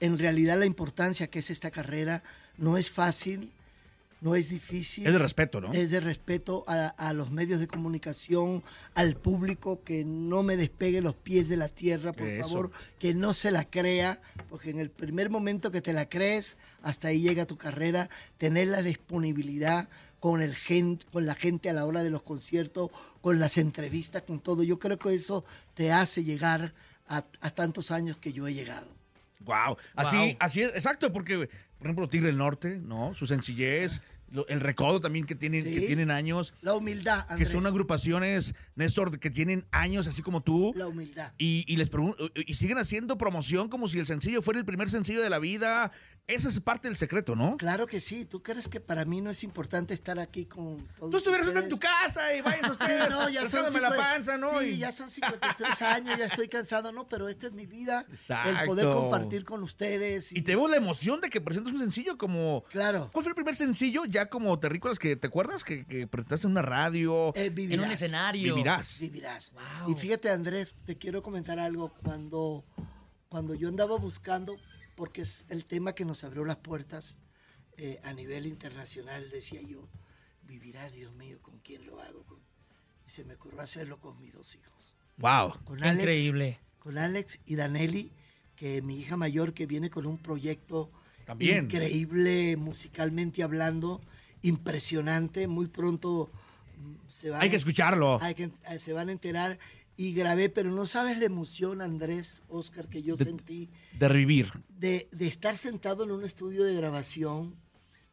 en realidad la importancia que es esta carrera. No es fácil, no es difícil. Es de respeto, ¿no? Es de respeto a, a los medios de comunicación, al público, que no me despegue los pies de la tierra, por Eso. favor, que no se la crea, porque en el primer momento que te la crees, hasta ahí llega tu carrera, tener la disponibilidad con, el gen- con la gente a la hora de los conciertos, con las entrevistas, con todo. Yo creo que eso te hace llegar a, a tantos años que yo he llegado. Wow. Así, así es, exacto, porque, por ejemplo, Tigre del Norte, ¿no? Su sencillez, lo- el recodo también que tienen, que Sí. tienen años. La humildad, Que Andrés. son agrupaciones, Néstor, que tienen años así como tú. La humildad. Y, y les pregunto, y siguen haciendo promoción como si el sencillo fuera el primer sencillo de la vida. Esa es parte del secreto, ¿no? Claro que sí. ¿Tú crees que para mí no es importante estar aquí con todos Tú estuvieras ustedes? en tu casa y *laughs* vayan ustedes. Sí, no, ya son rascándome la 50 panza, ¿no? Sí, Y- ya son 53 años, ya estoy cansado, no, pero esto es mi vida. El poder Exacto. compartir con ustedes. Y te veo la emoción de que presentas un sencillo como. Claro. ¿Cuál fue el primer sencillo? Ya como terrícolas que te acuerdas que, que presentaste en una radio. eh, vivirás. Vivirás. Vivirás. Y fíjate, Andrés, te quiero comentar algo. Cuando, cuando yo andaba buscando, porque es el tema que nos abrió las puertas, eh, a nivel internacional, decía yo, vivirá Dios mío, ¿con quién lo hago? Con- Y se me ocurrió hacerlo con mis dos hijos. Wow, Con qué Alex, increíble. Con Alex y Danelli, que mi hija mayor que viene con un proyecto También. increíble musicalmente hablando, impresionante, muy pronto mm, se van Hay que escucharlo. hay que- eh, se van a enterar y grabé, pero no sabes la emoción, Andrés, Oscar, que yo De- sentí De revivir. de, de estar sentado en un estudio de grabación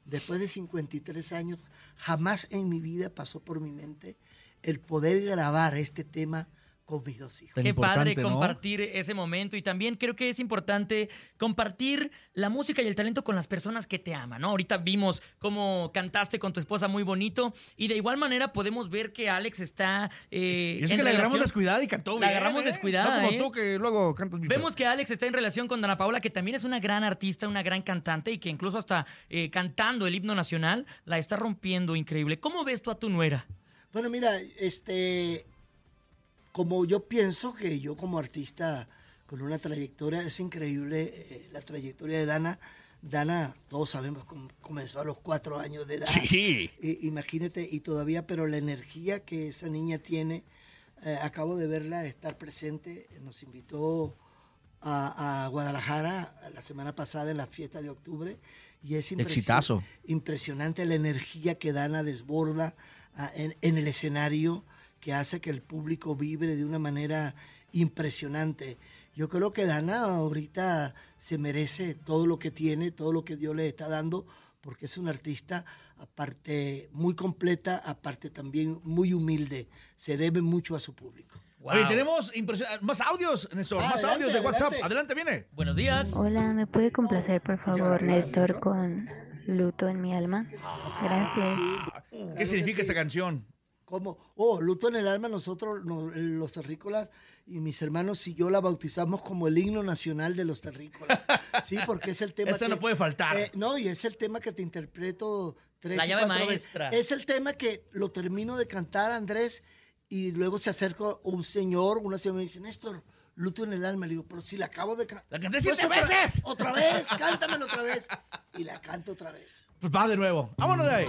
después de 53 años, jamás en mi vida pasó por mi mente el poder grabar este tema con mis dos hijos. Qué padre compartir ese momento y también creo que es importante compartir la música y el talento con las personas que te aman, ¿no? Ahorita vimos cómo cantaste con tu esposa muy bonito y de igual manera podemos ver que Alex está... eh, Y eso en que la agarramos relación- descuidada y cantó La bien, agarramos ¿eh? descuidada, No como ¿eh? tú que luego cantas bien Vemos que Alex está en relación con Dana Paola, que también es una gran artista, una gran cantante y que incluso hasta eh, cantando el himno nacional la está rompiendo increíble. ¿Cómo ves tú a tu nuera? Bueno, mira, este, como yo pienso que yo como artista con una trayectoria, es increíble eh, la trayectoria de Dana. Dana, todos sabemos, com- comenzó a los cuatro años de edad. Sí. Eh, imagínate, y todavía, pero la energía que esa niña tiene, eh, acabo de verla estar presente, nos invitó a, a Guadalajara la semana pasada en la fiesta de octubre, y es impresi- Exitazo. impresionante la energía que Dana desborda ah, en, en el escenario, que hace que el público vibre de una manera impresionante. Yo creo que Dana ahorita se merece todo lo que tiene, todo lo que Dios le está dando, porque es una artista aparte muy completa, aparte también muy humilde. Se debe mucho a su público. Oye, tenemos impresio- más audios, Néstor, Ah, más adelante, audios de WhatsApp. adelante. Adelante, viene. Buenos días. Hola, ¿me puede complacer por favor, Néstor, con Luto en mi alma? Ah, Gracias. ¿Qué significa esa canción? ¿Cómo? Oh, luto en el alma, nosotros, no- eh, los terrícolas y mis hermanos y yo la bautizamos como el himno nacional de los terrícolas. Sí, porque es el tema. Esa no puede faltar. Eh, no, y es el tema que te interpreto tres La y llave cuatro maestra. veces. Es el tema que lo termino de cantar, Andrés, y luego se acerca un señor, una señora, y me dice, Néstor, luto en el alma. Le digo, pero si la acabo de cantar. ¡La canté siete otra, veces! *laughs* ¡Otra vez! ¡Cántamelo otra vez! Y la canto otra vez. Pues va de nuevo. Vámonos de ahí.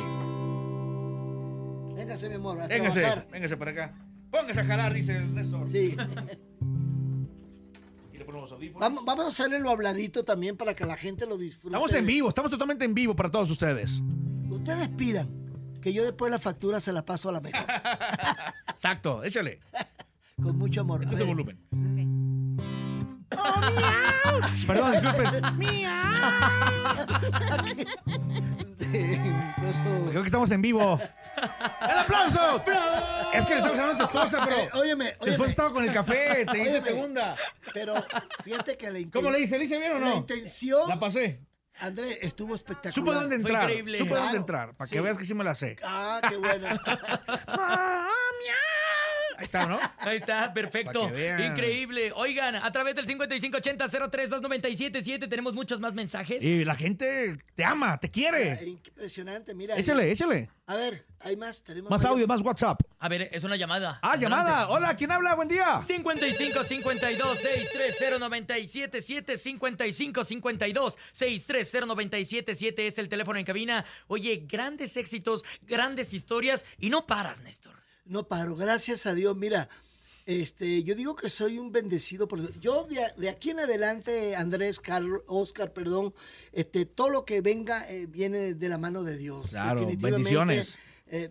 Véngase, mi amor, a Véngase, trabajar. véngase para acá. Póngase a jalar, dice el Néstor. Sí. *laughs* y le ponemos audífonos. Vamos, vamos a hacerle lo habladito también para que la gente lo disfrute. Estamos en vivo, estamos totalmente en vivo para todos ustedes. Ustedes pidan que yo después la factura se la paso a la mejor. Exacto, échale. Con mucho amor. Este es el volumen. *laughs* *laughs* Perdón, disculpen. Creo que estamos en vivo. ¡El *laughs* aplauso! Es que le estamos hablando a tu esposa, Eh, pero. óyeme, Tu esposa óyeme. estaba con el café, te hice Óyeme, segunda. Pero fíjate que la inten- ¿Cómo le hice? ¿Le hice bien o no? La intención, La pasé. Andrés, estuvo espectacular. Supo dónde entrar. Supo dónde Claro, entrar. Para que sí. veas que sí me la sé. Ah, qué *laughs* bueno. Ahí está, ¿no? *laughs* Ahí está, perfecto. Para que vean. Increíble. Oigan, a través del 5580-032977 tenemos muchos más mensajes. Y la gente te ama, te Ah, quiere. Impresionante, mira. Échale, échale. A ver, hay más, tenemos Más audio, más WhatsApp. A ver, es una llamada. Ah, llamada. Hola, ¿quién habla? Buen día. 55 52 630 977 55 52 630 977 es el teléfono en cabina. Oye, grandes éxitos, grandes historias y no paras, Néstor. No paro, gracias a Dios. Mira, este, yo digo que soy un bendecido por Dios. Yo de, a- de aquí en adelante, Andrés, Carlos, Oscar, perdón, este, todo lo que venga eh, viene de la mano de Dios. Claro, bendiciones. eh,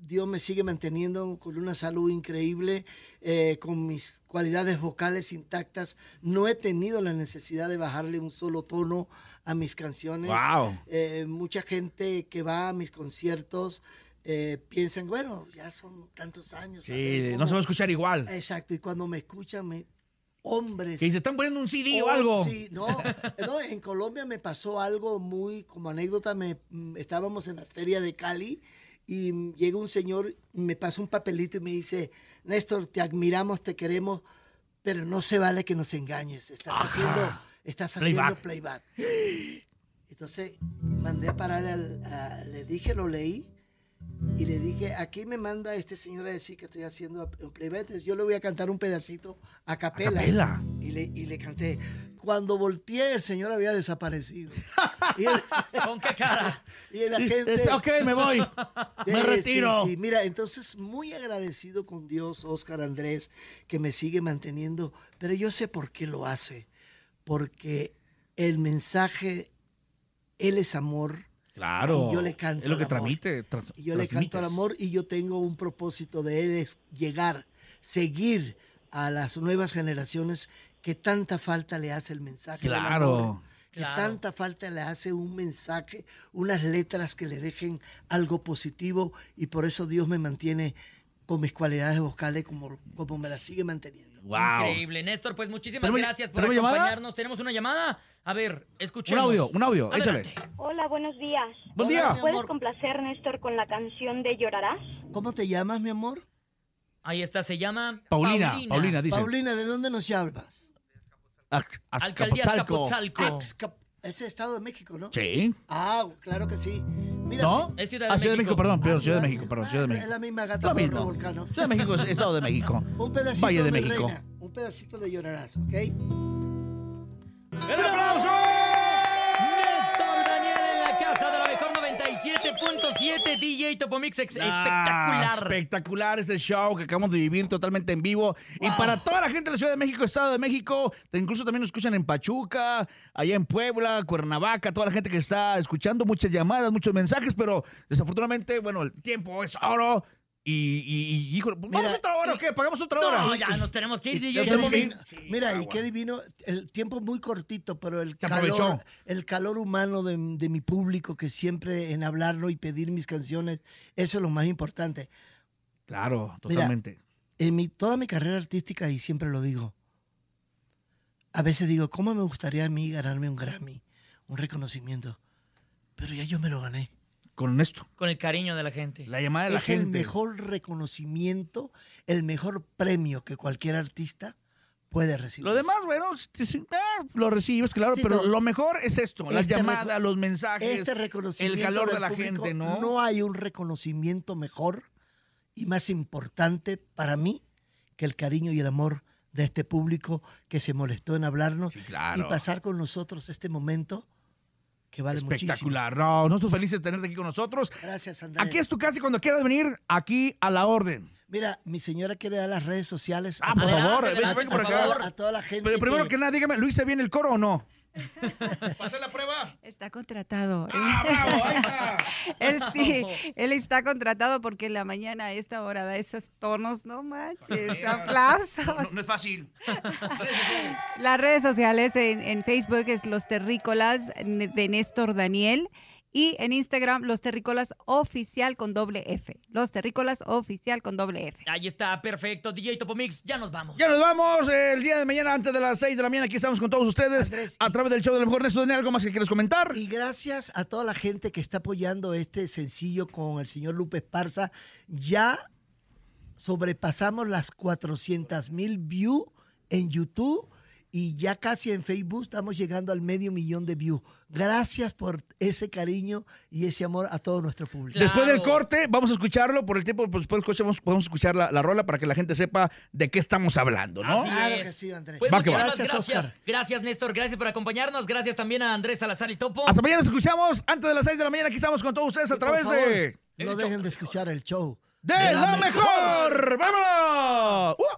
Dios me sigue manteniendo con una salud increíble, eh, con mis cualidades vocales intactas. No he tenido la necesidad de bajarle un solo tono a mis canciones. Wow. Eh, mucha gente que va a mis conciertos eh, piensan, bueno, ya son tantos años. Sí, ¿sabes? no se va a ¿Cómo? escuchar igual. Exacto, y cuando me escuchan, me- hombres. Que se están poniendo un CD o hom- algo. Oh, sí, no, no, en Colombia me pasó algo muy, como anécdota, me, mm, estábamos en la feria de Cali y mm, llega un señor, me pasa un papelito y me dice, Néstor, te admiramos, te queremos, pero no se vale que nos engañes, estás haciendo, estás haciendo Playback. playback. Entonces mandé a parar, al- a- le dije, lo leí y le dije, aquí me manda este señor a decir que estoy haciendo un playback, yo le voy a cantar un pedacito a capela. capela. Y, le, y le canté. Cuando volteé, el señor había desaparecido. Y *laughs* ¿Con qué cara? *laughs* Y la gente... Ok, me voy. Sí, Me sí, retiro. sí. Mira, entonces muy agradecido con Dios, Oscar Andrés, que me sigue manteniendo, pero yo sé por qué lo hace, porque el mensaje, Él es amor. Claro. Y yo le canto. Es lo que al amor. transmite. trans- Y yo le canto al transmites. amor y yo tengo un propósito de Él, es llegar, seguir a las nuevas generaciones que tanta falta le hace el mensaje. del Claro. amor, Que Claro. tanta falta le hace un mensaje, unas letras que le dejen algo positivo y por eso Dios me mantiene con mis cualidades vocales como, como me las sigue manteniendo. Wow. Increíble. Néstor, pues muchísimas ¿Tenemos- gracias por tenemos llamada? acompañarnos. ¿Tenemos una llamada? A ver, Un escuchemos. audio, un audio, Adelante. échale. Hola, buenos días. Buen Hola, día. mi ¿Puedes amor. complacer, Néstor, con la canción de Llorarás? ¿Cómo te llamas, mi amor? Ahí está, se llama Paulina, Paulina. Paulina, dice. Paulina, ¿de dónde nos llamas? Ac- Alcaldía Azcapotzalco. Azcapotzalco. Excap- Es el Estado de México, ¿no? Sí. Ah, claro que sí. Mira, ¿No? fi- Ah, Ciudad de México, perdón, perdón, Ah, Ciudad de México, perdón, Ciudad de Es México. la misma gata Lo por mismo. volcano. Ciudad de México es Estado de México. Un pedacito Valle de mi México. reina, un pedacito de llorarás, ¿ok? ¡El aplauso! Néstor Daniel en la casa de la mejor 97.7 DJ Topomix ex- Ah, espectacular. espectacular este show que acabamos de vivir totalmente en vivo. Y para toda la gente de la Ciudad de México, Estado de México, te- incluso también nos escuchan en Pachuca, allá en Puebla, Cuernavaca, toda la gente que está escuchando, muchas llamadas, muchos mensajes, pero desafortunadamente, bueno, el tiempo es oro. Y, y, y, híjole, pues, ¿vamos Mira, otra hora o qué? ¿Pagamos otra hora? No, ya nos tenemos que ah, ir, Y DJ qué Topomix. divino. Mira, y qué divino. El tiempo muy cortito, pero el calor, aprovechó. el calor humano de, de mi público que siempre en hablarlo y pedir mis canciones, eso es lo más importante. Claro, Mira, totalmente. En mi, toda mi carrera artística, y siempre lo digo, a veces digo, ¿cómo me gustaría a mí ganarme un Grammy, un reconocimiento? Pero ya yo me lo gané. Con esto. Con el cariño de la gente. La llamada es el mejor reconocimiento, el mejor premio que cualquier artista puede recibir. Lo demás, bueno, si te- si- ah, lo recibes, claro, Sí, pero todo. lo mejor es esto, las Este llamadas, reco- los mensajes, este reconocimiento el calor de del la público, gente, ¿no? No hay un reconocimiento mejor y más importante para mí que el cariño y el amor de este público que se molestó en hablarnos claro. y pasar con nosotros este momento que vale muchísimo. Espectacular. No, nosotros felices de tenerte aquí con nosotros. Gracias, Andrés. Aquí es tu casa y cuando quieras venir, aquí a la orden. Mira, mi señora quiere dar las redes sociales. Ah, por toda- favor, a- ven, ven por a acá. toda- a toda la gente. Pero primero que nada, dígame, ¿lo hice bien el coro o no? Está contratado. Ah, él sí, Bravo. él está contratado porque en la mañana a esta hora da esos tonos, no manches, aplausos. No, no es fácil. Las redes sociales en, en Facebook es Los Terrícolas de Néstor Daniel y en Instagram Los Terrícolas Oficial con doble F. Los Terrícolas Oficial con doble F. Ahí está, perfecto. DJ Topomix, ya nos vamos. Ya nos vamos. eh, El día de mañana, antes de las 6 de la mañana, aquí estamos con todos ustedes a través del show de la mejor Néstor Daniel. ¿Algo más que quieres comentar? Y gracias a toda la gente que está apoyando este sencillo con el señor Lupe Esparza. Ya sobrepasamos las 400 mil views en YouTube y ya casi en Facebook estamos llegando al medio millón de views. Gracias por ese cariño y ese amor a todo nuestro público. Después del corte, vamos a escucharlo. Por el tiempo, pues, después del coche, vamos, podemos escuchar la, la rola para que la gente sepa de qué estamos hablando, ¿no? Así Claro es. que sí, Andrés. Pues Va que va. muchísimas Gracias, gracias, Oscar. Gracias, Néstor. Gracias por acompañarnos. Gracias también a Andrés Salazar y Topo. Hasta mañana nos escuchamos. Antes de las 6 de la mañana, aquí estamos con todos ustedes a Y por través favor, de. No dejen de escuchar el show. ¡De la mejor! ¡Vámonos! ¡Uh!